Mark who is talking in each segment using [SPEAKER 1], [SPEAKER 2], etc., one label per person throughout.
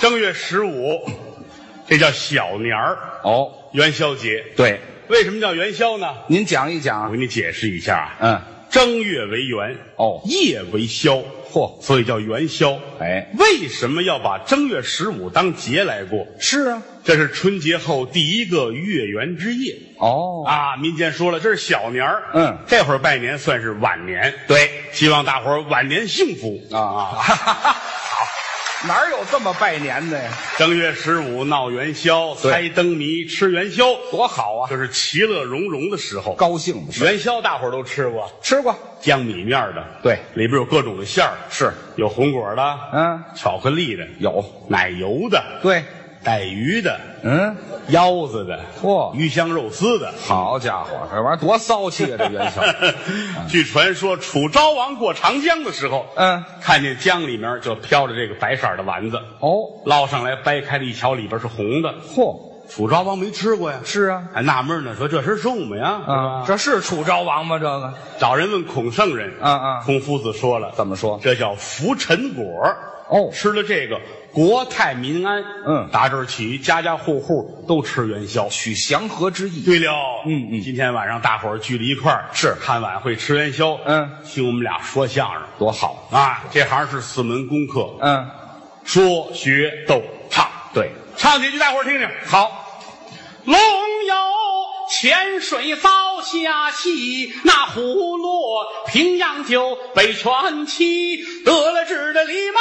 [SPEAKER 1] 正月十五，这叫小年儿，
[SPEAKER 2] 哦，
[SPEAKER 1] 元宵节。
[SPEAKER 2] 对，
[SPEAKER 1] 为什么叫元宵呢？
[SPEAKER 2] 您讲一
[SPEAKER 1] 我
[SPEAKER 2] 讲啊
[SPEAKER 1] 给。你解释一下啊，
[SPEAKER 2] 嗯，
[SPEAKER 1] 正月为元，
[SPEAKER 2] 哦
[SPEAKER 1] 夜为宵，
[SPEAKER 2] 嚯，
[SPEAKER 1] 所以叫元宵。
[SPEAKER 2] 哎，
[SPEAKER 1] 为什么要把正月十五当节来过？
[SPEAKER 2] 是啊，
[SPEAKER 1] 这是春节后第一个月圆之夜
[SPEAKER 2] 哦，
[SPEAKER 1] 啊！民间说了，这是小年儿，
[SPEAKER 2] 嗯
[SPEAKER 1] 这会儿拜年算是晚年，
[SPEAKER 2] 对，
[SPEAKER 1] 希望大伙儿晚年幸福
[SPEAKER 2] 啊
[SPEAKER 1] 好，
[SPEAKER 2] 哪有这么拜年的呀？
[SPEAKER 1] 正月十五闹元宵，
[SPEAKER 2] 对
[SPEAKER 1] 猜灯谜，吃元宵，
[SPEAKER 2] 多好啊，
[SPEAKER 1] 这是其乐融融的时候。
[SPEAKER 2] 高兴的事。
[SPEAKER 1] 元宵大伙儿都吃过，
[SPEAKER 2] 吃过，
[SPEAKER 1] 江米面儿的，
[SPEAKER 2] 对
[SPEAKER 1] 里边有各种的馅儿，
[SPEAKER 2] 是，
[SPEAKER 1] 有红果的，
[SPEAKER 2] 嗯，
[SPEAKER 1] 巧克力的，
[SPEAKER 2] 有，
[SPEAKER 1] 奶油的，
[SPEAKER 2] 对，
[SPEAKER 1] 带鱼的，
[SPEAKER 2] 嗯，
[SPEAKER 1] 腰子的，
[SPEAKER 2] 嚯
[SPEAKER 1] 鱼香肉丝的。
[SPEAKER 2] 好家伙，这玩意儿多骚气啊！这元宵，
[SPEAKER 1] 据传说，楚昭王过长江的时候，
[SPEAKER 2] 嗯，
[SPEAKER 1] 看见江里面就飘着这个白色的丸子，
[SPEAKER 2] 哦，
[SPEAKER 1] 捞上来掰开了一瞧，里边是红的。
[SPEAKER 2] 嚯，
[SPEAKER 1] 楚昭王没吃过呀，
[SPEAKER 2] 是啊，
[SPEAKER 1] 还纳闷呢，说这是什么呀？
[SPEAKER 2] 啊，
[SPEAKER 1] 是吧
[SPEAKER 2] 这是楚昭王吗？这个
[SPEAKER 1] 找人问孔圣人，
[SPEAKER 2] 啊啊
[SPEAKER 1] 孔夫子说了，
[SPEAKER 2] 怎么说？
[SPEAKER 1] 这叫浮尘果
[SPEAKER 2] 哦
[SPEAKER 1] 吃了这个国泰民安。
[SPEAKER 2] 嗯
[SPEAKER 1] 打这儿起，家家户户都吃元宵。
[SPEAKER 2] 取祥和之意。
[SPEAKER 1] 对了，
[SPEAKER 2] 嗯嗯
[SPEAKER 1] 今天晚上大伙儿聚了一块儿，
[SPEAKER 2] 是
[SPEAKER 1] 看晚会吃元宵，
[SPEAKER 2] 嗯，
[SPEAKER 1] 听我们俩说相声
[SPEAKER 2] 多好。
[SPEAKER 1] 啊，这行是四门功课，
[SPEAKER 2] 嗯，
[SPEAKER 1] 说学逗唱，
[SPEAKER 2] 对，
[SPEAKER 1] 唱几句大伙儿听听。
[SPEAKER 2] 好，
[SPEAKER 3] 龙游浅水遭虾戏，那虎落平阳酒，北泉妻得了志的狸猫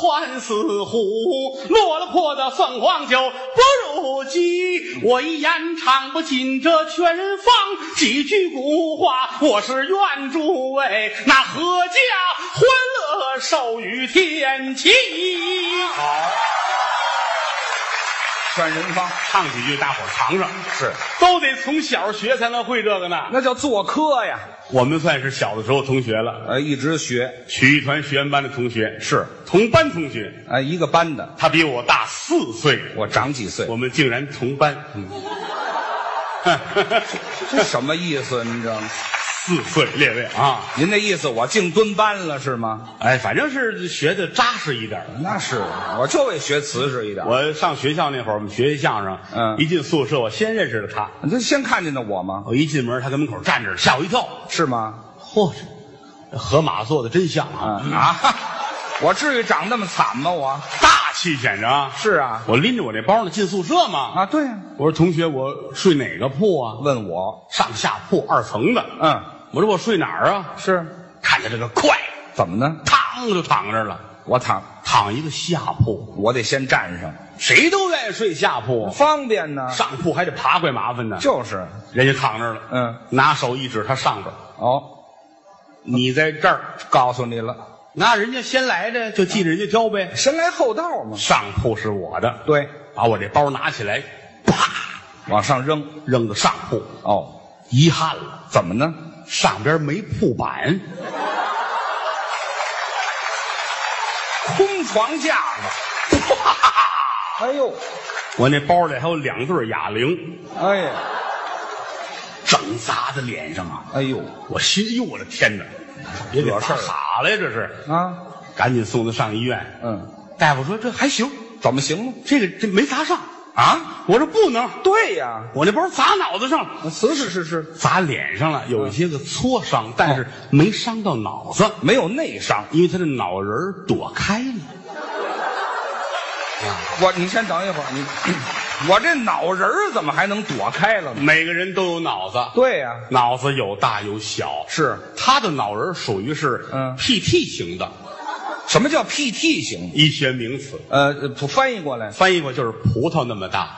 [SPEAKER 3] 换死虎，落了魄的凤凰酒不如鸡。我一言唱不尽这全方，几句古话我是愿诸位那阖家欢乐寿与天齐。
[SPEAKER 2] 选人方
[SPEAKER 1] 唱几句大伙儿尝尝，
[SPEAKER 2] 是，
[SPEAKER 1] 都得从小学才能会这个呢。
[SPEAKER 2] 那叫做科呀。
[SPEAKER 1] 我们算是小的时候同学了，
[SPEAKER 2] 呃，一直学，
[SPEAKER 1] 曲艺团学员班的同学，
[SPEAKER 2] 是
[SPEAKER 1] 同班同学，
[SPEAKER 2] 啊，一个班的，
[SPEAKER 1] 他比我大四岁，
[SPEAKER 2] 我长几岁
[SPEAKER 1] 我，们竟然同班， 嗯
[SPEAKER 2] 这什么意思？您这，
[SPEAKER 1] 四岁列位啊。
[SPEAKER 2] 您那意思我净蹲班了是吗？
[SPEAKER 1] 哎，反正是学的扎实一点儿。
[SPEAKER 2] 那是，我就为学瓷实一点。
[SPEAKER 1] 我上学校那会儿，我们学相声，
[SPEAKER 2] 嗯
[SPEAKER 1] 一进宿舍，我先认识了他。
[SPEAKER 2] 你这先看见的我吗？
[SPEAKER 1] 我一进门，他在门口站着，吓我一跳。
[SPEAKER 2] 是吗？
[SPEAKER 1] 嚯，这河马做的真像啊！
[SPEAKER 2] 啊，我至于长那么惨吗？我
[SPEAKER 1] 大气显着啊！
[SPEAKER 2] 是啊，
[SPEAKER 1] 我拎着我那包呢，进宿舍嘛。
[SPEAKER 2] 啊，对啊，
[SPEAKER 1] 我说同学，我睡哪个铺啊？
[SPEAKER 2] 问我，
[SPEAKER 1] 上下铺二层的。
[SPEAKER 2] 嗯，
[SPEAKER 1] 我说我睡哪儿啊？
[SPEAKER 2] 是
[SPEAKER 1] 看见这个快，
[SPEAKER 2] 怎么呢？
[SPEAKER 1] 嘡就躺这儿了，
[SPEAKER 2] 我躺，
[SPEAKER 1] 躺一个下铺。
[SPEAKER 2] 我得先站上，
[SPEAKER 1] 谁都愿意睡下铺，啊
[SPEAKER 2] 方便呢。
[SPEAKER 1] 上铺还得爬，怪麻烦呢。
[SPEAKER 2] 就是，
[SPEAKER 1] 人家躺这儿了，
[SPEAKER 2] 嗯，
[SPEAKER 1] 拿手一指他上边儿，
[SPEAKER 2] 哦，
[SPEAKER 1] 你在这儿，
[SPEAKER 2] 告诉你了，
[SPEAKER 1] 那人家先来的就记着人家挑呗。
[SPEAKER 2] 先来后到嘛。
[SPEAKER 1] 上铺是我的，
[SPEAKER 2] 对，
[SPEAKER 1] 把我这包拿起来，啪
[SPEAKER 2] 往上扔。
[SPEAKER 1] 扔到上铺，
[SPEAKER 2] 哦，
[SPEAKER 1] 遗憾了，
[SPEAKER 2] 怎么呢？
[SPEAKER 1] 上边没铺板，
[SPEAKER 2] 空床架子。 哎呦，
[SPEAKER 1] 我那包里还有两对哑铃，
[SPEAKER 2] 哎呀，
[SPEAKER 1] 整砸在脸上啊！
[SPEAKER 2] 哎呦，
[SPEAKER 1] 我心哎呦我的天哪，也得
[SPEAKER 2] 惹事儿
[SPEAKER 1] 打傻了呀，这是，
[SPEAKER 2] 啊，
[SPEAKER 1] 赶紧送他上医院。
[SPEAKER 2] 嗯，
[SPEAKER 1] 大夫说这还行，
[SPEAKER 2] 怎么行呢？
[SPEAKER 1] 这个这没砸上。
[SPEAKER 2] 啊，
[SPEAKER 1] 我说不能，
[SPEAKER 2] 对呀，
[SPEAKER 1] 我那包砸脑子上了。
[SPEAKER 2] 是是是是，
[SPEAKER 1] 砸脸上了，有一些个挫伤，但是没伤到脑子，
[SPEAKER 2] 没有内伤。
[SPEAKER 1] 因为他的脑仁儿躲开了。
[SPEAKER 2] 我，你先等一会儿，你，我这脑仁儿怎么还能躲开了呢？
[SPEAKER 1] 每个人都有脑子，
[SPEAKER 2] 对呀、
[SPEAKER 1] 脑子有大有小，
[SPEAKER 2] 是
[SPEAKER 1] 他的脑仁儿属于是
[SPEAKER 2] 嗯
[SPEAKER 1] PT 型的，
[SPEAKER 2] 什么叫 PT 型？
[SPEAKER 1] 医学名词，
[SPEAKER 2] 呃，不翻译过来，
[SPEAKER 1] 翻译过就是葡萄那么大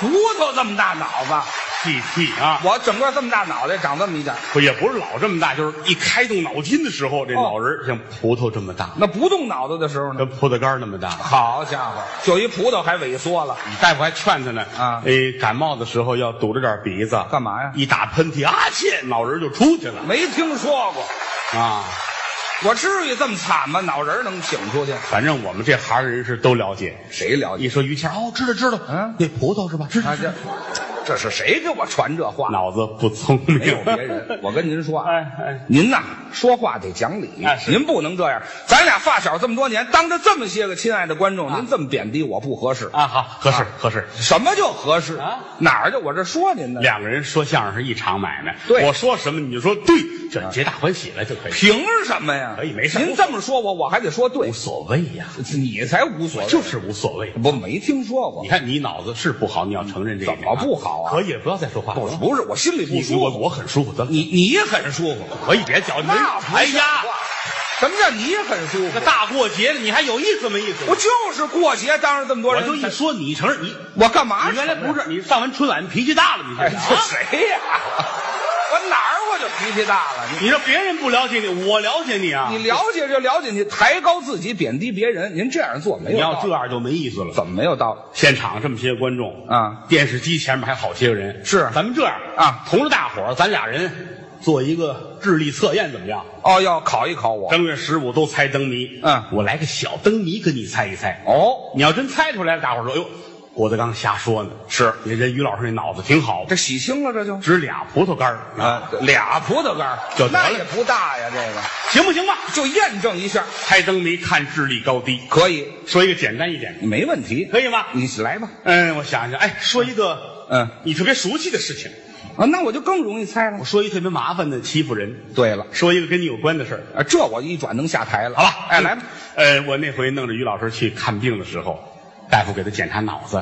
[SPEAKER 2] 葡萄这么大脑子，
[SPEAKER 1] ，PT 啊，
[SPEAKER 2] 我整个这么大脑袋长这么一点，
[SPEAKER 1] 不也不是老这么大，就是一开动脑筋的时候，
[SPEAKER 2] 哦
[SPEAKER 1] 这脑仁儿像葡萄这么大，
[SPEAKER 2] 那不动脑子的时候呢
[SPEAKER 1] 跟？葡萄干儿那么大。
[SPEAKER 2] 好家伙，就一葡萄还萎缩了，
[SPEAKER 1] 大夫还劝他呢，
[SPEAKER 2] 啊
[SPEAKER 1] 哎，感冒的时候要堵着点鼻子，
[SPEAKER 2] 干嘛呀？
[SPEAKER 1] 一打喷嚏，啊切，脑仁儿就出去了。
[SPEAKER 2] 没听说过，
[SPEAKER 1] 啊，
[SPEAKER 2] 我至于这么惨吗？脑仁儿能请出去？
[SPEAKER 1] 反正我们这行的人是都了解。
[SPEAKER 2] 谁了
[SPEAKER 1] 一
[SPEAKER 2] 解？
[SPEAKER 1] 说于谦，哦，知道知道，
[SPEAKER 2] 嗯
[SPEAKER 1] 那葡萄是吧？知道
[SPEAKER 2] 啊，这这是谁给我传这话？
[SPEAKER 1] 脑子不聪明，
[SPEAKER 2] 没有别 人，我跟您说啊，
[SPEAKER 1] 哎哎
[SPEAKER 2] 您呐说话得讲理
[SPEAKER 1] 哎，是
[SPEAKER 2] 您不能这样。咱俩发小这么多年，当着这么些个亲爱的观众，您这么贬低我不合适。
[SPEAKER 1] 啊，好，合适合适。
[SPEAKER 2] 什么叫合适
[SPEAKER 1] 啊？
[SPEAKER 2] 哪儿就我这说您呢？
[SPEAKER 1] 两个人说相声是一场买卖，
[SPEAKER 2] 对啊
[SPEAKER 1] 我说什么你就说对，这皆大欢喜了就可以，
[SPEAKER 2] 凭什么呀？
[SPEAKER 1] 可以没事
[SPEAKER 2] 您这么说我，我还得说对
[SPEAKER 1] 无，所谓呀，
[SPEAKER 2] 你才无所谓。
[SPEAKER 1] 就是无所谓。
[SPEAKER 2] 我没听说过
[SPEAKER 1] 你，看你脑子是不好，你要承认这一点啊。
[SPEAKER 2] 怎么不好啊
[SPEAKER 1] 可以了，不要再说话
[SPEAKER 2] 我
[SPEAKER 1] 了。
[SPEAKER 2] 不是我心里不
[SPEAKER 1] 你
[SPEAKER 2] 舒
[SPEAKER 1] 我
[SPEAKER 2] 服。
[SPEAKER 1] 我很舒服，咱
[SPEAKER 2] 你你很舒服，
[SPEAKER 1] 可以别搅你。
[SPEAKER 2] 那不
[SPEAKER 1] 哎
[SPEAKER 2] 像
[SPEAKER 1] 呀
[SPEAKER 2] 话，什么叫你很舒服
[SPEAKER 1] 这？大过节的你还有意思没意思？
[SPEAKER 2] 我就是过节当着这么多
[SPEAKER 1] 我
[SPEAKER 2] 人，
[SPEAKER 1] 就一说你承认你，
[SPEAKER 2] 我干嘛？
[SPEAKER 1] 你原来不是你上完春晚你脾气大了，你
[SPEAKER 2] 哎，
[SPEAKER 1] 现在
[SPEAKER 2] 这
[SPEAKER 1] 啊？
[SPEAKER 2] 谁呀、我哪儿我就脾气大了？
[SPEAKER 1] 你说别人不了解你，我了解你啊
[SPEAKER 2] 你。你了解就了解，你抬高自己，贬低别人，您这样做没有
[SPEAKER 1] 你
[SPEAKER 2] 道理
[SPEAKER 1] 要这样就没意思了。
[SPEAKER 2] 怎么没有道理？
[SPEAKER 1] 现场这么些观众
[SPEAKER 2] 啊，
[SPEAKER 1] 电视机前面还好些个人。
[SPEAKER 2] 是
[SPEAKER 1] 咱们这样
[SPEAKER 2] 啊
[SPEAKER 1] 同着大伙儿，咱俩人做一个智力测验，怎么样？
[SPEAKER 2] 哦，要考一考我。
[SPEAKER 1] 正月十五都猜灯谜，
[SPEAKER 2] 嗯
[SPEAKER 1] 我来个小灯谜跟你猜一猜。
[SPEAKER 2] 哦，
[SPEAKER 1] 你要真猜出来了，大伙儿说：“哟，郭德纲瞎说呢。”是，人家于老师那脑子挺好，
[SPEAKER 2] 这洗清了，这就
[SPEAKER 1] 只俩葡萄干儿
[SPEAKER 2] 啊，俩葡萄干儿
[SPEAKER 1] 就得了
[SPEAKER 2] 那也不大呀，这个
[SPEAKER 1] 行不行吧？
[SPEAKER 2] 就验证一下，
[SPEAKER 1] 猜灯谜看智力高低，
[SPEAKER 2] 可以，
[SPEAKER 1] 说一个简单一点，
[SPEAKER 2] 没问题，
[SPEAKER 1] 可以吗？
[SPEAKER 2] 你来吧。
[SPEAKER 1] 嗯，我想一想，哎，说一个
[SPEAKER 2] 嗯
[SPEAKER 1] 你特别熟悉的事情，
[SPEAKER 2] 啊，那我就更容易猜了
[SPEAKER 1] 我。说一特别麻烦的欺负人，
[SPEAKER 2] 对了，
[SPEAKER 1] 说一个跟你有关的事儿，
[SPEAKER 2] 啊，这我一转能下台了，
[SPEAKER 1] 好吧？
[SPEAKER 2] 哎，来吧，
[SPEAKER 1] 呃，我那回弄着于老师去看病的时候，大夫给他检查脑子，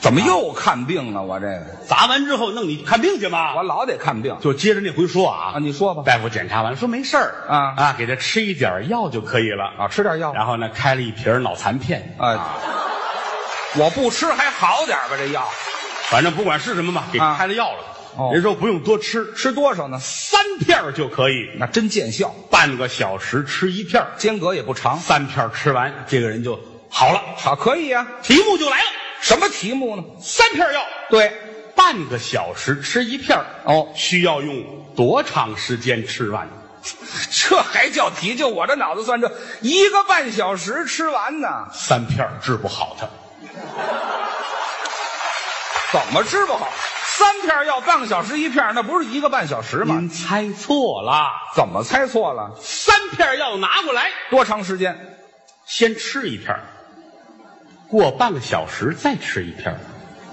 [SPEAKER 2] 怎么又看病了？我这个，
[SPEAKER 1] 砸完之后弄你看病去吧
[SPEAKER 2] 我。老得看病
[SPEAKER 1] 就接着那回说啊，
[SPEAKER 2] 啊。你说吧，
[SPEAKER 1] 大夫检查完说没事儿
[SPEAKER 2] 啊
[SPEAKER 1] 啊，给他吃一点药就可以了
[SPEAKER 2] 啊，吃点药。
[SPEAKER 1] 然后呢，开了一瓶脑残片，
[SPEAKER 2] 啊，我不吃还好点儿吧？这药
[SPEAKER 1] 反正不管是什么嘛，给
[SPEAKER 2] 啊
[SPEAKER 1] 开了药了。
[SPEAKER 2] 哦
[SPEAKER 1] 人说不用多吃，
[SPEAKER 2] 吃多少呢？
[SPEAKER 1] 三片儿就可以，
[SPEAKER 2] 那真见效，
[SPEAKER 1] 半个小时吃一片儿，
[SPEAKER 2] 间隔也不长
[SPEAKER 1] 三片儿吃完，这个人就好了。
[SPEAKER 2] 啊，可以呀、
[SPEAKER 1] 题目就来了，
[SPEAKER 2] 什么题目呢？
[SPEAKER 1] 三片儿药，
[SPEAKER 2] 对，
[SPEAKER 1] 半个小时吃一片儿，
[SPEAKER 2] 哦，
[SPEAKER 1] 需要用多长时间吃完？
[SPEAKER 2] 这还叫题？就我这脑子算这一个半小时吃完呢，
[SPEAKER 1] 三片儿治不好他，
[SPEAKER 2] 怎么吃不好？三片药半个小时一片，那不是一个半小时吗？
[SPEAKER 1] 您猜错了，
[SPEAKER 2] 怎么猜错了？
[SPEAKER 1] 三片儿药拿过来，
[SPEAKER 2] 多长时间？
[SPEAKER 1] 先吃一片儿，过半个小时再吃一片儿，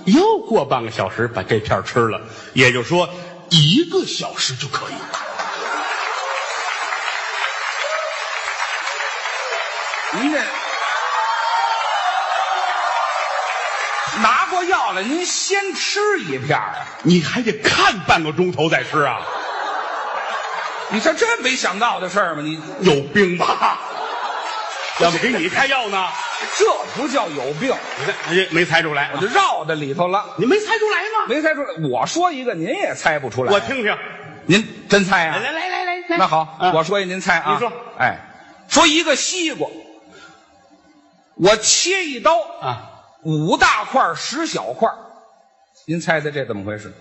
[SPEAKER 1] 又过半个小时把这片儿吃了，也就是说一个小时就可以。
[SPEAKER 2] 您这拿过药来，您先吃一片儿啊？
[SPEAKER 1] 你还得看半个钟头再吃啊，
[SPEAKER 2] 你这真没想到的事儿吗？你
[SPEAKER 1] 有病 吧？要不给你开药呢？
[SPEAKER 2] 这不叫有病，
[SPEAKER 1] 你看，哎，没猜出来，
[SPEAKER 2] 我就绕到里头了，
[SPEAKER 1] 你没猜出来吗？
[SPEAKER 2] 没猜出来。我说一个，您也猜不出来。
[SPEAKER 1] 我，听听，
[SPEAKER 2] 您真猜
[SPEAKER 1] 来
[SPEAKER 2] 啊？
[SPEAKER 1] 来来来来来，
[SPEAKER 2] 那好，
[SPEAKER 1] 啊
[SPEAKER 2] 我说一，您猜啊？
[SPEAKER 1] 你说，
[SPEAKER 2] 哎，说一个西瓜，我切一刀，
[SPEAKER 1] 啊，
[SPEAKER 2] 五大块儿十小块儿，您猜猜这怎么回事？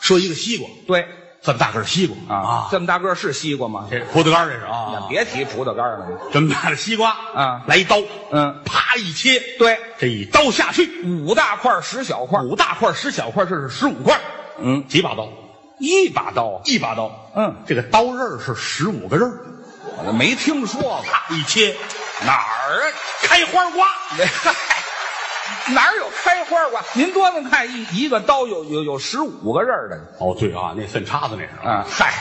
[SPEAKER 1] 说一个西瓜，
[SPEAKER 2] 对，
[SPEAKER 1] 这么大个儿西瓜
[SPEAKER 2] 啊，这么大个儿是西瓜吗？
[SPEAKER 1] 这葡萄干儿这是啊，
[SPEAKER 2] 别提葡萄干儿了，
[SPEAKER 1] 这么大的西瓜
[SPEAKER 2] 啊
[SPEAKER 1] 来一刀，
[SPEAKER 2] 嗯
[SPEAKER 1] 啪一切，
[SPEAKER 2] 对，
[SPEAKER 1] 这一刀下去，
[SPEAKER 2] 五大块儿十小块儿，
[SPEAKER 1] 五大块儿十小块儿，这是十五块儿，
[SPEAKER 2] 嗯
[SPEAKER 1] 几把刀？
[SPEAKER 2] 一把刀啊，
[SPEAKER 1] 一把刀，
[SPEAKER 2] 嗯，
[SPEAKER 1] 这个刀刃儿是十五个刃儿，
[SPEAKER 2] 我都没听说过
[SPEAKER 1] 啪一切，
[SPEAKER 2] 哪儿啊？
[SPEAKER 1] 开花瓜，
[SPEAKER 2] 哪有开花瓜？您多能看一一个刀有有有十五个刃儿的
[SPEAKER 1] 哦，对啊，那粪叉子那是
[SPEAKER 2] 啊！嗨，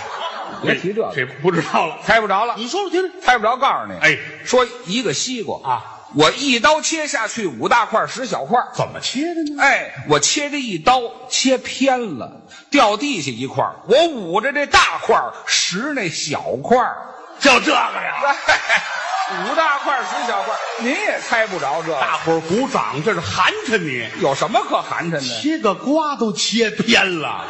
[SPEAKER 2] 别提这个，
[SPEAKER 1] 这不知道了。
[SPEAKER 2] 猜不着了，
[SPEAKER 1] 你说说听听，
[SPEAKER 2] 猜不着。告诉你，
[SPEAKER 1] 哎
[SPEAKER 2] 说一个西瓜
[SPEAKER 1] 啊，
[SPEAKER 2] 我一刀切下去五大块儿十小块儿，
[SPEAKER 1] 怎么切的呢？
[SPEAKER 2] 哎，我切这一刀切偏了，掉地下一块儿，我捂着这大块儿拾那小块儿，
[SPEAKER 1] 就这个呀！
[SPEAKER 2] 五大块儿十小块儿，您也猜不着这个，
[SPEAKER 1] 大伙儿鼓掌，这是寒碜你，
[SPEAKER 2] 有什么可寒碜的？
[SPEAKER 1] 切个瓜都切偏了，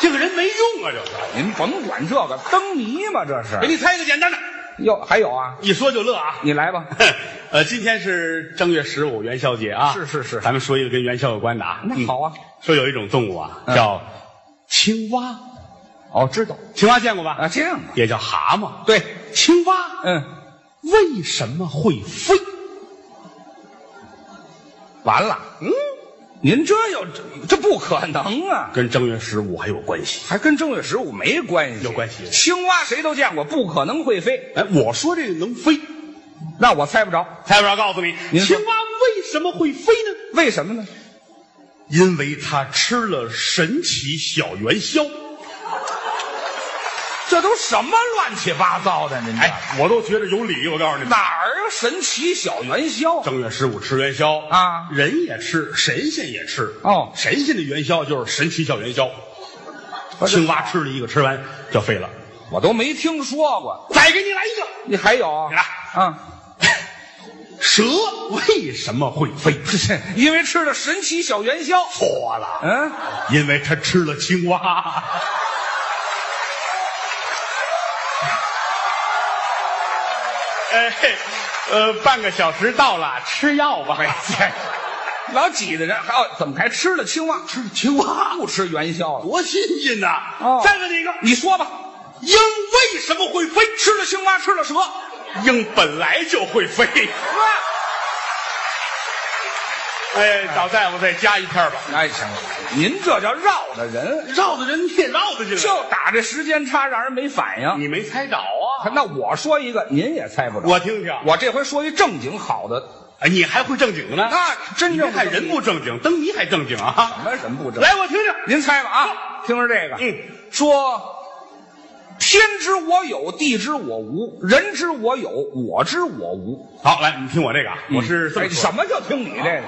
[SPEAKER 1] 这个人没用啊！就是，
[SPEAKER 2] 您甭管这个灯谜嘛，这
[SPEAKER 1] 给
[SPEAKER 2] 是。
[SPEAKER 1] 你猜一个简单的，
[SPEAKER 2] 哟，还有啊，
[SPEAKER 1] 一说就乐啊。
[SPEAKER 2] 你来吧。
[SPEAKER 1] 呃，今天是正月十五元宵节啊，
[SPEAKER 2] 是是是
[SPEAKER 1] 咱们说一个跟元宵有关的啊。
[SPEAKER 2] 那好啊
[SPEAKER 1] 嗯说有一种动物啊，
[SPEAKER 2] 嗯
[SPEAKER 1] 叫青蛙，
[SPEAKER 2] 哦，知道
[SPEAKER 1] 青蛙见过吧？
[SPEAKER 2] 啊，这样吧，
[SPEAKER 1] 也叫蛤蟆。
[SPEAKER 2] 对，
[SPEAKER 1] 青蛙
[SPEAKER 2] 嗯，
[SPEAKER 1] 为什么会飞？
[SPEAKER 2] 完了，
[SPEAKER 1] 嗯，
[SPEAKER 2] 您这有这不可能啊！
[SPEAKER 1] 跟正月十五还有关系。
[SPEAKER 2] 还跟正月十五没关系，
[SPEAKER 1] 有关系
[SPEAKER 2] 青蛙谁都见过，不可能会飞，
[SPEAKER 1] 哎，我说这个能飞，
[SPEAKER 2] 那我猜不着，
[SPEAKER 1] 蔡部长告诉你，
[SPEAKER 2] 您说
[SPEAKER 1] 青蛙为什么会飞呢？
[SPEAKER 2] 为什么呢？
[SPEAKER 1] 因为它吃了神奇小元宵。
[SPEAKER 2] 这都什么乱七八糟的？您这、
[SPEAKER 1] 哎，我都觉得有理。我告诉你们，
[SPEAKER 2] 哪儿有神奇小元宵？
[SPEAKER 1] 正月十五吃元宵
[SPEAKER 2] 啊
[SPEAKER 1] 人也吃，神仙也吃。
[SPEAKER 2] 哦
[SPEAKER 1] 神仙的元宵就是神奇小元宵，
[SPEAKER 2] 不是
[SPEAKER 1] 青蛙吃了一个，吃完就废了。
[SPEAKER 2] 我都没听说过。
[SPEAKER 1] 再给你来一个，
[SPEAKER 2] 你还有啊
[SPEAKER 1] 你来？
[SPEAKER 2] 啊，
[SPEAKER 1] 蛇为什么会飞？
[SPEAKER 2] 因为吃了神奇小元宵。
[SPEAKER 1] 错了，
[SPEAKER 2] 嗯，
[SPEAKER 1] 因为它吃了青蛙。哎，呃，半个小时到了，吃药吧。
[SPEAKER 2] 哎老挤的人，还哦，怎么还吃了青蛙？
[SPEAKER 1] 吃青蛙
[SPEAKER 2] 不吃元宵了？
[SPEAKER 1] 多新鲜呐！
[SPEAKER 2] 哦
[SPEAKER 1] 再问你一个，
[SPEAKER 2] 你说吧，
[SPEAKER 1] 鹰为什么会飞？
[SPEAKER 2] 吃了青蛙，吃了蛇。
[SPEAKER 1] 鹰本来就会飞。哎，老大夫再加一片吧。
[SPEAKER 2] 哎，行了，您这叫绕的人，
[SPEAKER 1] 绕的人你也绕得进来，
[SPEAKER 2] 就打这时间差，让人没反应。
[SPEAKER 1] 你没猜着啊？
[SPEAKER 2] 那我说一个，您也猜不着。
[SPEAKER 1] 我听听，
[SPEAKER 2] 我这回说一正经好的，
[SPEAKER 1] 哎，你还会正经的呢？
[SPEAKER 2] 那真
[SPEAKER 1] 你
[SPEAKER 2] 正
[SPEAKER 1] 别
[SPEAKER 2] 的
[SPEAKER 1] 看人不正经，灯谜还正经
[SPEAKER 2] 什
[SPEAKER 1] 啊！
[SPEAKER 2] 么人不正，
[SPEAKER 1] 来，我听听。
[SPEAKER 2] 您猜吧啊，听着这个，
[SPEAKER 1] 哎嗯，
[SPEAKER 2] 说天知我有，地知我无，人知我有，我知我无。
[SPEAKER 1] 好，来，你听我这个啊，我是这
[SPEAKER 2] 哎
[SPEAKER 1] 么说哦
[SPEAKER 2] 什么叫听你这个？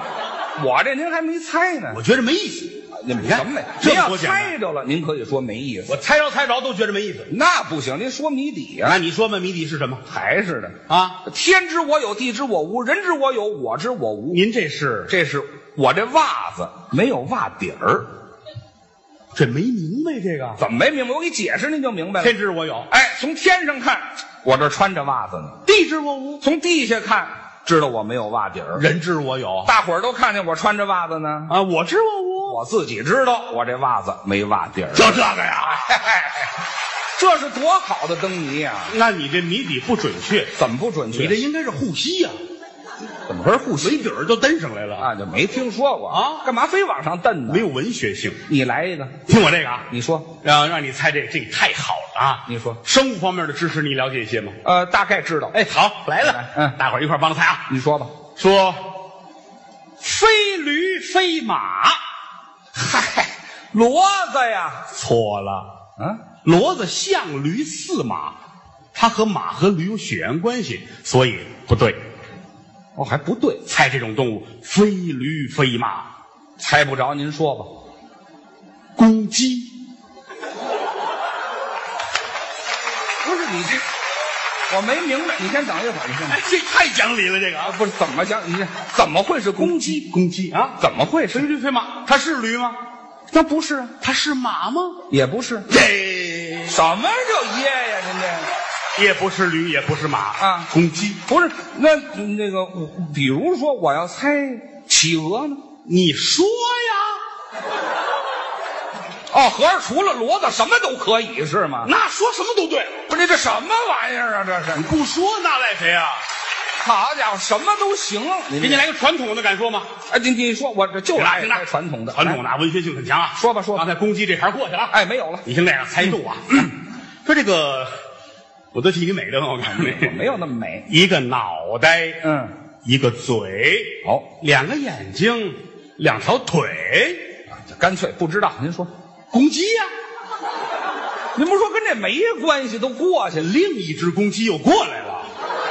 [SPEAKER 2] 我这您还没猜呢
[SPEAKER 1] 的？，我觉得没意思。
[SPEAKER 2] 你们
[SPEAKER 1] 你看
[SPEAKER 2] 什么呢？
[SPEAKER 1] 这
[SPEAKER 2] 您
[SPEAKER 1] 么
[SPEAKER 2] 要
[SPEAKER 1] 多简单
[SPEAKER 2] 猜着了，您可以说没意思。
[SPEAKER 1] 我猜着猜着都觉得没意思。
[SPEAKER 2] 那不行，您说谜底呀、
[SPEAKER 1] 那你说吧，谜底是什么
[SPEAKER 2] 还是的。
[SPEAKER 1] 啊？
[SPEAKER 2] 天知我有，地知我无，人知我有，我知我无。
[SPEAKER 1] 您这是
[SPEAKER 2] 这是我这袜子没有袜底儿，
[SPEAKER 1] 这没明白这个？
[SPEAKER 2] 怎么没明白？我给你解释您就明白了
[SPEAKER 1] 天。知我有，
[SPEAKER 2] 哎，从天上看，我这穿着袜子呢；
[SPEAKER 1] 地知我无，
[SPEAKER 2] 从地下看，知道我没有袜底儿。
[SPEAKER 1] 人知我有
[SPEAKER 2] 大伙儿都看见我穿着袜子呢，
[SPEAKER 1] 啊，我知我无，
[SPEAKER 2] 我自己知道我这袜子没袜底儿。
[SPEAKER 1] 就这个呀？
[SPEAKER 2] 嘿嘿 这是多好的灯谜呀、
[SPEAKER 1] 那你这谜底不准确，
[SPEAKER 2] 怎么不准确？
[SPEAKER 1] 你这应该是护膝呀，
[SPEAKER 2] 怎么回事？护膝
[SPEAKER 1] 没底儿就蹬上来了啊，
[SPEAKER 2] 啊，就没听说过
[SPEAKER 1] 啊
[SPEAKER 2] 干嘛非往上蹬呢？
[SPEAKER 1] 没有文学性。
[SPEAKER 2] 你来一个，
[SPEAKER 1] 听我这个啊，
[SPEAKER 2] 你说，
[SPEAKER 1] 让让你猜这个，这个太好了啊！
[SPEAKER 2] 你说
[SPEAKER 1] 生物方面的知识你了解一些吗？
[SPEAKER 2] 呃，大概知道。
[SPEAKER 1] 哎，好，来了
[SPEAKER 2] 来，嗯
[SPEAKER 1] 大伙儿一块儿帮着猜啊。
[SPEAKER 2] 你说吧。
[SPEAKER 1] 说飞驴飞马，
[SPEAKER 2] 嗨，骡子呀，
[SPEAKER 1] 错了，
[SPEAKER 2] 嗯，
[SPEAKER 1] 骡子象驴似马，它和马和驴有血缘关系，所以不对。
[SPEAKER 2] 哦，还不对，
[SPEAKER 1] 猜这种动物，飞驴飞马，
[SPEAKER 2] 猜不着，您说吧。
[SPEAKER 1] 公鸡。
[SPEAKER 2] 不是你这，我没明白。你先等一会儿，你先等
[SPEAKER 1] 哎，这太讲理了，这个
[SPEAKER 2] 啊，
[SPEAKER 1] 啊，
[SPEAKER 2] 不是怎么想？你这怎么会是公鸡？
[SPEAKER 1] 公鸡啊，
[SPEAKER 2] 怎么会
[SPEAKER 1] 飞
[SPEAKER 2] 是？
[SPEAKER 1] 驴飞马，它是驴吗？
[SPEAKER 2] 那不是，
[SPEAKER 1] 它是马吗？
[SPEAKER 2] 也不是。
[SPEAKER 1] 这
[SPEAKER 2] 什么叫耶呀？您这
[SPEAKER 1] 也不是驴，也不是马
[SPEAKER 2] 啊
[SPEAKER 1] 公鸡。
[SPEAKER 2] 不是那那个，我比如说我要猜企鹅呢？
[SPEAKER 1] 你说呀，
[SPEAKER 2] 哦，合着除了骡子什么都可以是吗？
[SPEAKER 1] 那说什么都对，
[SPEAKER 2] 不是这什么玩意儿啊？这
[SPEAKER 1] 你
[SPEAKER 2] 是，
[SPEAKER 1] 不说那赖谁啊？
[SPEAKER 2] 好家伙，什么都行。啊
[SPEAKER 1] 给你来个传统的，敢说吗？
[SPEAKER 2] 哎，你你说我这就
[SPEAKER 1] 听着
[SPEAKER 2] 来
[SPEAKER 1] 听着，
[SPEAKER 2] 传统的，哎
[SPEAKER 1] 传统的啊，文学性很强啊。
[SPEAKER 2] 说吧说吧嗯
[SPEAKER 1] 刚才公鸡这茬过去了啊。
[SPEAKER 2] 哎，没有了，
[SPEAKER 1] 你听这个猜度啊，说这个，我都替你美的慌，我告诉你，
[SPEAKER 2] 我没有那么美。
[SPEAKER 1] 一个脑袋，
[SPEAKER 2] 嗯，
[SPEAKER 1] 一个嘴，
[SPEAKER 2] 好，
[SPEAKER 1] 两个眼睛，两条腿，
[SPEAKER 2] 干脆不知道。您说，
[SPEAKER 1] 公鸡呀、
[SPEAKER 2] 您不是说跟这没关系，都过去了。
[SPEAKER 1] 另一只公鸡又过来了。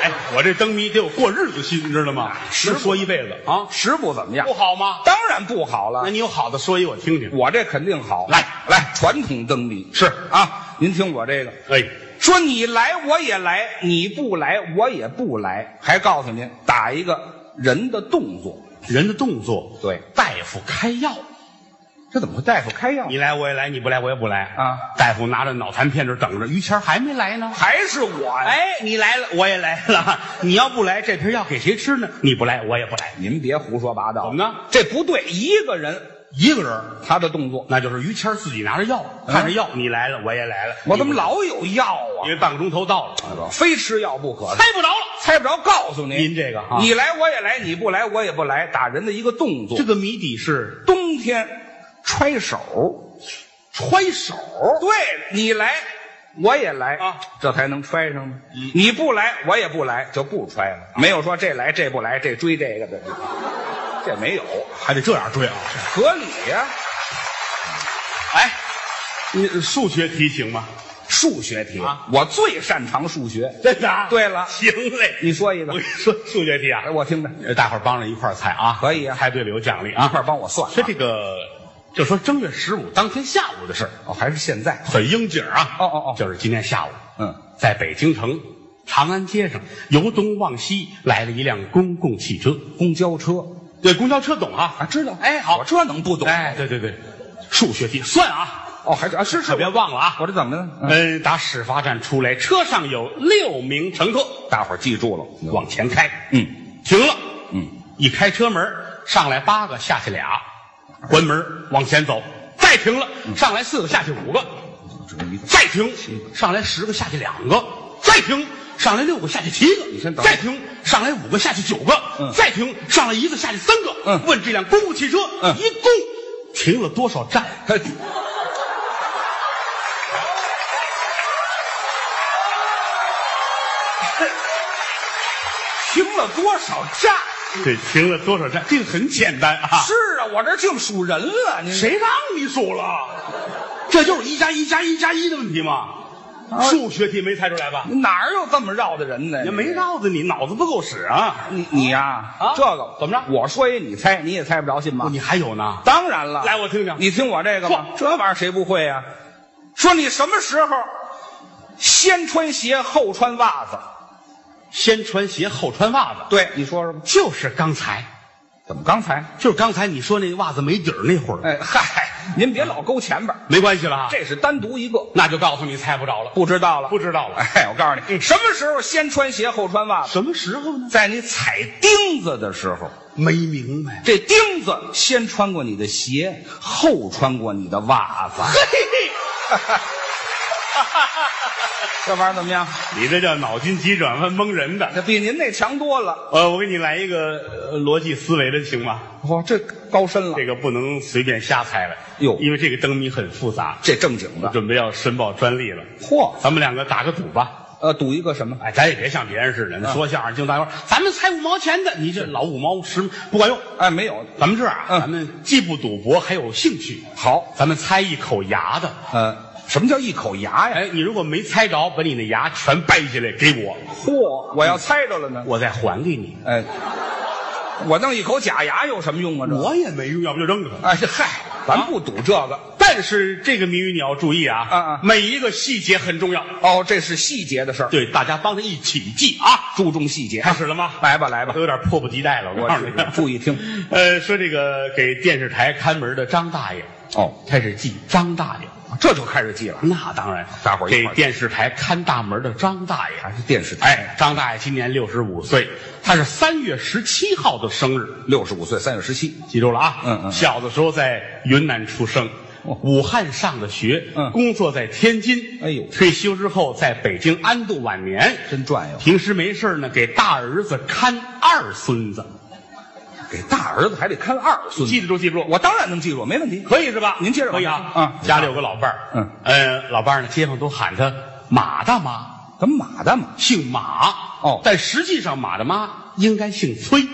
[SPEAKER 1] 哎，我这灯谜得有过日子心，你知道吗？
[SPEAKER 2] 是啊
[SPEAKER 1] 能说一辈子啊，
[SPEAKER 2] 食不怎么样
[SPEAKER 1] 不，好吗？
[SPEAKER 2] 当然不好
[SPEAKER 1] 那
[SPEAKER 2] 了。
[SPEAKER 1] 你有好的说一，我听听。
[SPEAKER 2] 我这肯定好。
[SPEAKER 1] 来
[SPEAKER 2] 来，传统灯谜
[SPEAKER 1] 是
[SPEAKER 2] 啊，您听我这个，
[SPEAKER 1] 哎，
[SPEAKER 2] 说你来我也来，你不来我也不来，还告诉您打一个人的动作。
[SPEAKER 1] 人的动作，
[SPEAKER 2] 对，
[SPEAKER 1] 大夫开药，
[SPEAKER 2] 这怎么会大夫开药？
[SPEAKER 1] 你来我也来，你不来我也不来
[SPEAKER 2] 啊。
[SPEAKER 1] 大夫拿着脑残片这等着，于谦儿还没来呢。
[SPEAKER 2] 还是我呀？
[SPEAKER 1] 哎，你来了，我也来了。 你要不来，这瓶药给谁吃呢？你不来，我也不来。
[SPEAKER 2] 您别胡说八道。
[SPEAKER 1] 怎么呢？
[SPEAKER 2] 这不对，一个人
[SPEAKER 1] 一个人儿，
[SPEAKER 2] 他的动作，
[SPEAKER 1] 那就是于谦儿自己拿着药，看着药，你来了，我也来了，
[SPEAKER 2] 我怎么
[SPEAKER 1] 一会儿？
[SPEAKER 2] 老有药
[SPEAKER 1] 因为半个钟头到了，
[SPEAKER 2] 啊？非吃药不可，
[SPEAKER 3] 猜不着了。
[SPEAKER 2] 猜不着，告诉您，
[SPEAKER 1] 您这个哈，
[SPEAKER 2] 你来我也来，你不来我也不来，打人的一个动作。
[SPEAKER 1] 这个谜底是
[SPEAKER 2] 冬天揣手，
[SPEAKER 1] 揣手，
[SPEAKER 2] 对你来我也来
[SPEAKER 1] 啊，
[SPEAKER 2] 这才能揣上呢。你啊不来我也不来，就不揣了。没有说这来这不来，这追这个 的，这没有，
[SPEAKER 1] 还得这样追啊！
[SPEAKER 2] 合理呀、
[SPEAKER 1] 哎，你数学题行吗？
[SPEAKER 2] 数学题、
[SPEAKER 1] 啊
[SPEAKER 2] 我最擅长数学。
[SPEAKER 1] 真的啊？
[SPEAKER 2] 对了
[SPEAKER 1] 行嘞，
[SPEAKER 2] 你说一
[SPEAKER 1] 我
[SPEAKER 2] 个
[SPEAKER 1] 跟你，说数学题啊
[SPEAKER 2] 哎，我听着，
[SPEAKER 1] 呃大伙儿帮着一块儿猜啊，
[SPEAKER 2] 可以啊
[SPEAKER 1] 猜对了有奖励
[SPEAKER 2] 一块
[SPEAKER 1] 啊。
[SPEAKER 2] 儿帮我算啊、
[SPEAKER 1] 说这个，就说正月十五当天下午的事儿，
[SPEAKER 2] 哦，还是现在？
[SPEAKER 1] 很应景啊。
[SPEAKER 2] 哦哦哦
[SPEAKER 1] 就是今天下午，
[SPEAKER 2] 嗯，
[SPEAKER 1] 在北京城长安街上，由东往西来了一辆公共汽车，
[SPEAKER 2] 公交车
[SPEAKER 1] 对，公交车懂啊？
[SPEAKER 2] 啊，知道？哎，好，我这能不懂？
[SPEAKER 1] 哎，对对对，数学题算啊，
[SPEAKER 2] 哦，还是啊，是是，
[SPEAKER 1] 可别忘了啊。
[SPEAKER 2] 我这怎么了？嗯
[SPEAKER 1] 嗯，打始发站出来，车上有六名乘客，
[SPEAKER 2] 大伙儿记住了，
[SPEAKER 1] 往前开，
[SPEAKER 2] 嗯
[SPEAKER 1] 停了，
[SPEAKER 2] 嗯，
[SPEAKER 1] 一开车门，上来八个，下去俩，关门往前走，再停了，上来四个，下去五个，
[SPEAKER 2] 只有一个。
[SPEAKER 1] 再停，上来十个，下去两个，再停，上来六个，下去七个，
[SPEAKER 2] 你先等会儿
[SPEAKER 1] 再停，上来五个，下去九个，
[SPEAKER 2] 嗯
[SPEAKER 1] 再停，上来一个，下去三个，
[SPEAKER 2] 嗯
[SPEAKER 1] 问这辆公共汽车、
[SPEAKER 2] 嗯
[SPEAKER 1] 一共停了多少站？
[SPEAKER 2] 哎停了多少站？
[SPEAKER 1] 对，停了多少站？这个很简单啊
[SPEAKER 2] 是啊，我这净数人了，您
[SPEAKER 1] 谁让你数了？这就是一加一加一加一的问题吗？数学题没猜出来吧？
[SPEAKER 2] 哪儿有这么绕的人呢？
[SPEAKER 1] 也哎没绕着你，脑子不够使啊！
[SPEAKER 2] 你你呀、
[SPEAKER 1] 啊
[SPEAKER 2] 这个
[SPEAKER 1] 怎么着
[SPEAKER 2] 我说一你猜，你也猜不着，信吗？
[SPEAKER 1] 哦你还有呢？
[SPEAKER 2] 当然了，
[SPEAKER 1] 来，我听听。
[SPEAKER 2] 你听我这个吧
[SPEAKER 1] 嚯，
[SPEAKER 2] 这玩意儿谁不会呀、说你什么时候先穿鞋后穿袜子？
[SPEAKER 1] 先穿鞋后穿袜子，
[SPEAKER 2] 对，你说说吧。
[SPEAKER 1] 就是刚才，
[SPEAKER 2] 怎么刚才？
[SPEAKER 1] 就是刚才你说那袜子没底儿那会儿，
[SPEAKER 2] 哎嗨，您别老勾前边儿，
[SPEAKER 1] 没关系了啊。
[SPEAKER 2] 这是单独一个，
[SPEAKER 1] 那就告诉你猜不着了，
[SPEAKER 2] 不知道了。
[SPEAKER 1] 不知道了。
[SPEAKER 2] 哎，我告诉你，什么时候先穿鞋后穿袜子？
[SPEAKER 1] 什么时候呢？
[SPEAKER 2] 在你踩钉子的时候，
[SPEAKER 1] 没明白。
[SPEAKER 2] 这钉子先穿过你的鞋，后穿过你的袜子。 这玩意儿怎么样？
[SPEAKER 1] 你这叫脑筋急转弯蒙人的。
[SPEAKER 2] 这比您那强多了。
[SPEAKER 1] 呃，我给你来一个呃逻辑思维的行吗？
[SPEAKER 2] 哇，这高深了
[SPEAKER 1] 这，个不能随便瞎猜了，
[SPEAKER 2] 哟
[SPEAKER 1] 因为这个灯谜很复杂，
[SPEAKER 2] 这正经的。
[SPEAKER 1] 准备要申报专利了。
[SPEAKER 2] 嚯，
[SPEAKER 1] 咱们两个打个赌吧，
[SPEAKER 2] 呃，赌一个什么？
[SPEAKER 1] 哎，咱也别像别人似
[SPEAKER 2] 嗯
[SPEAKER 1] 的，那说相声净大官，咱们猜五毛钱的，你这老五毛十不管用。
[SPEAKER 2] 哎，没有。
[SPEAKER 1] 咱们这样啊，
[SPEAKER 2] 嗯
[SPEAKER 1] 咱们既不赌博，还有兴趣。
[SPEAKER 2] 好，
[SPEAKER 1] 咱们猜一口牙的，
[SPEAKER 2] 呃，什么叫一口牙呀？
[SPEAKER 1] 哎，你如果没猜着，把你的牙全掰下来给我，
[SPEAKER 2] 嚯，我要猜着了呢。
[SPEAKER 1] 我再还给你。
[SPEAKER 2] 哎，我弄一口假牙有什么用啊？这，
[SPEAKER 1] 我也没用，要不就扔了。
[SPEAKER 2] 哎嗨，咱不赌这个。
[SPEAKER 1] 但是这个谜语你要注意啊，
[SPEAKER 2] 嗯嗯
[SPEAKER 1] 每一个细节很重要，
[SPEAKER 2] 哦，这是细节的事儿，
[SPEAKER 1] 对，大家帮着一起记啊。
[SPEAKER 2] 注重细节。
[SPEAKER 1] 开始了吗？
[SPEAKER 2] 来吧，来吧
[SPEAKER 1] 都，有点迫不及待了。我告诉你，
[SPEAKER 2] 我注意听。
[SPEAKER 1] 呃，说这个给电视台看门的张大爷
[SPEAKER 2] 哦，
[SPEAKER 1] 开始记张大爷，
[SPEAKER 2] 这就开始记了，
[SPEAKER 1] 那当然，
[SPEAKER 2] 大伙儿一
[SPEAKER 1] 给
[SPEAKER 2] 块儿
[SPEAKER 1] 电视台看大门的张大爷。
[SPEAKER 2] 还是电视台？
[SPEAKER 1] 哎，张大爷今年六十五岁，他是三月十七号的生日，
[SPEAKER 2] 六十五岁，三月十七。
[SPEAKER 1] 记住了啊。
[SPEAKER 2] 嗯嗯
[SPEAKER 1] 小的时候在云南出生，
[SPEAKER 2] 哦
[SPEAKER 1] 武汉上的学，
[SPEAKER 2] 嗯
[SPEAKER 1] 工作在天津。
[SPEAKER 2] 哎呦
[SPEAKER 1] 退休之后在北京安度晚年。
[SPEAKER 2] 真转悠，
[SPEAKER 1] 平时没事儿呢，给大儿子看二孙子，
[SPEAKER 2] 嗯给大儿子还得看二孙
[SPEAKER 1] 记
[SPEAKER 2] 子。
[SPEAKER 1] 得住，记不住。
[SPEAKER 2] 我当然能记住，没问题。
[SPEAKER 1] 可以是吧？
[SPEAKER 2] 您接着
[SPEAKER 1] 可以啊。
[SPEAKER 2] 嗯
[SPEAKER 1] 家里有个老伴儿，
[SPEAKER 2] 嗯
[SPEAKER 1] 呃，老伴儿呢，街坊都喊他马大妈，
[SPEAKER 2] 怎么马的马？
[SPEAKER 1] 姓马。
[SPEAKER 2] 哦
[SPEAKER 1] 但实际上马大妈应该姓崔。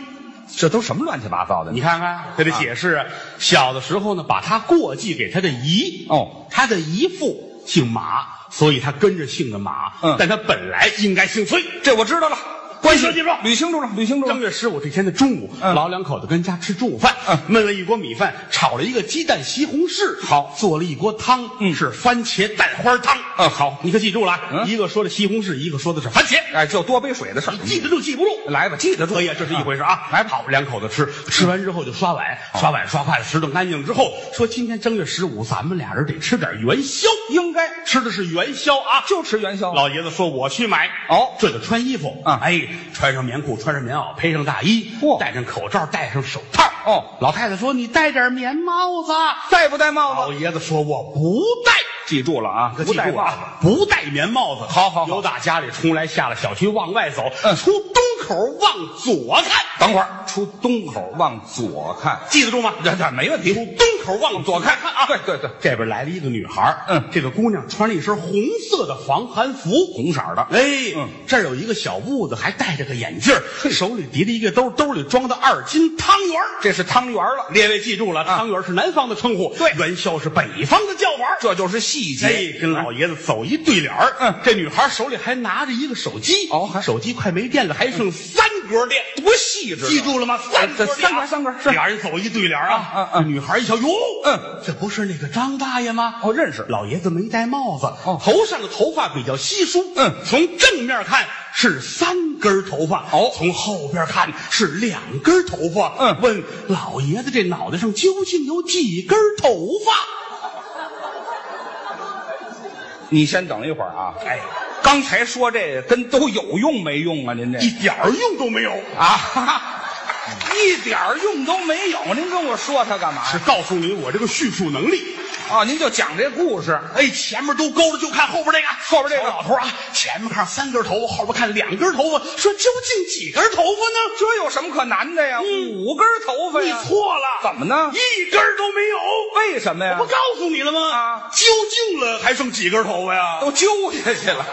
[SPEAKER 2] 这都什么乱七八糟的？
[SPEAKER 1] 你
[SPEAKER 2] 你
[SPEAKER 1] 看看他的解释啊，小的时候呢，把他过继给他的姨。
[SPEAKER 2] 哦，
[SPEAKER 1] 他的姨父姓马，所以他跟着姓的马。
[SPEAKER 2] 嗯
[SPEAKER 1] 但他本来应该姓崔。
[SPEAKER 2] 这我知道了，关系
[SPEAKER 1] 记住记住
[SPEAKER 2] 捋清楚了，捋清楚
[SPEAKER 1] 正
[SPEAKER 2] 了。
[SPEAKER 1] 月十五这天的中午，
[SPEAKER 2] 嗯
[SPEAKER 1] 老两口子跟家吃中午饭，
[SPEAKER 2] 嗯
[SPEAKER 1] 焖了一锅米饭，炒了一个鸡蛋西红柿，好，做了一锅汤，
[SPEAKER 2] 嗯
[SPEAKER 1] 是番茄蛋花汤。
[SPEAKER 2] 嗯，好，
[SPEAKER 1] 你可记住了啊，
[SPEAKER 2] 嗯
[SPEAKER 1] 一个说的西红柿，一个说的是番茄，
[SPEAKER 2] 哎，就多杯水的事儿
[SPEAKER 1] 你。记得住记不住？
[SPEAKER 2] 来吧，记得住。
[SPEAKER 1] 可以，这是一回事啊。来，好，两口子吃，吃完之后就刷碗，刷碗刷筷子，拾掇干净之后，说今天正月十五，咱们俩人得吃点元宵，
[SPEAKER 2] 应该
[SPEAKER 1] 吃的是元宵啊。
[SPEAKER 2] 就吃元宵。
[SPEAKER 1] 老爷子说我去买，
[SPEAKER 2] 哦
[SPEAKER 1] 这就穿衣服。
[SPEAKER 2] 嗯
[SPEAKER 1] 哎，穿上棉裤，穿上棉袄，披上大衣，
[SPEAKER 2] 嚯
[SPEAKER 1] 戴上口罩，戴上手套。
[SPEAKER 2] 哦，
[SPEAKER 1] 老太太说：“你戴点棉帽子。”
[SPEAKER 2] 戴不戴帽
[SPEAKER 1] 老
[SPEAKER 2] 子？
[SPEAKER 1] 爷子说：“我不戴。”
[SPEAKER 2] 记住了啊，
[SPEAKER 1] 可
[SPEAKER 2] 不
[SPEAKER 1] 记
[SPEAKER 2] 戴
[SPEAKER 1] 住
[SPEAKER 2] 帽
[SPEAKER 1] 啊
[SPEAKER 2] 子。，
[SPEAKER 1] 不戴棉帽子。
[SPEAKER 2] 好好好
[SPEAKER 1] 由打家里出来，下了小区往外走，
[SPEAKER 2] 嗯
[SPEAKER 1] 出东口往左看，
[SPEAKER 2] 等会儿出东口往左看，
[SPEAKER 1] 记得住吗？
[SPEAKER 2] 这这没问
[SPEAKER 1] 出
[SPEAKER 2] 题。
[SPEAKER 1] 东口往左看看啊。
[SPEAKER 2] 对对对，
[SPEAKER 1] 这边来了一个女孩儿
[SPEAKER 2] 嗯
[SPEAKER 1] 这个姑娘穿了一身红色的防寒服，
[SPEAKER 2] 红色儿的
[SPEAKER 1] 哎，
[SPEAKER 2] 嗯
[SPEAKER 1] 这儿有一个小痦子，还戴着个眼镜儿，手里提着一个兜，兜里装的二斤汤圆儿。
[SPEAKER 2] 这是汤圆儿了，啊
[SPEAKER 1] 列位记住了，汤圆儿是南方的称呼，
[SPEAKER 2] 对
[SPEAKER 1] 元宵是北方的叫法儿。
[SPEAKER 2] 这就是细
[SPEAKER 1] 哎
[SPEAKER 2] 节。，
[SPEAKER 1] 跟老爷子走一对脸儿。
[SPEAKER 2] 嗯
[SPEAKER 1] 这女孩手里还拿着一个手机。
[SPEAKER 2] 哦还
[SPEAKER 1] 手机快没电了，还剩三格电。
[SPEAKER 2] 多细致啊，
[SPEAKER 1] 记住了吗？三格
[SPEAKER 2] 这
[SPEAKER 1] 电啊，
[SPEAKER 2] 三格三格是
[SPEAKER 1] 俩人走一对脸儿啊。
[SPEAKER 2] 嗯嗯嗯
[SPEAKER 1] 这女孩一瞧，哟，
[SPEAKER 2] 嗯，
[SPEAKER 1] 这不是那个张大爷吗？
[SPEAKER 2] 哦认识
[SPEAKER 1] 老爷子没戴帽子，
[SPEAKER 2] 哦
[SPEAKER 1] 头上的头发比较稀疏。
[SPEAKER 2] 嗯
[SPEAKER 1] 从正面看是三根头发，
[SPEAKER 2] 哦
[SPEAKER 1] 从后边看是两根头发。
[SPEAKER 2] 嗯
[SPEAKER 1] 问老爷子这脑袋上究竟有几根头发？
[SPEAKER 2] 你先等一会儿啊。
[SPEAKER 1] 哎，
[SPEAKER 2] 刚才说这跟都有用没用啊？您这
[SPEAKER 1] 一点儿用都没有。
[SPEAKER 2] 啊，哈哈一点儿用都没有。您跟我说它干嘛
[SPEAKER 1] 是
[SPEAKER 2] 呀？
[SPEAKER 1] 告诉你我这个叙述能力。
[SPEAKER 2] 啊，您就讲这故事。
[SPEAKER 1] 哎，前面都勾了，就看后边这个，
[SPEAKER 2] 后边这个
[SPEAKER 1] 瞧老头啊，前面看三根头发，后边看两根头发，说究竟几根头发
[SPEAKER 2] 这有什么可难的呀？
[SPEAKER 1] 嗯
[SPEAKER 2] 五根头发
[SPEAKER 1] 呢？你
[SPEAKER 2] 呀，
[SPEAKER 1] 错了，
[SPEAKER 2] 怎么呢？
[SPEAKER 1] 一根都没有？
[SPEAKER 2] 为什么
[SPEAKER 1] 我
[SPEAKER 2] 呀
[SPEAKER 1] 不？告诉你了吗？
[SPEAKER 2] 啊
[SPEAKER 1] 究竟了还剩几根头发呀？
[SPEAKER 2] 都揪下去了。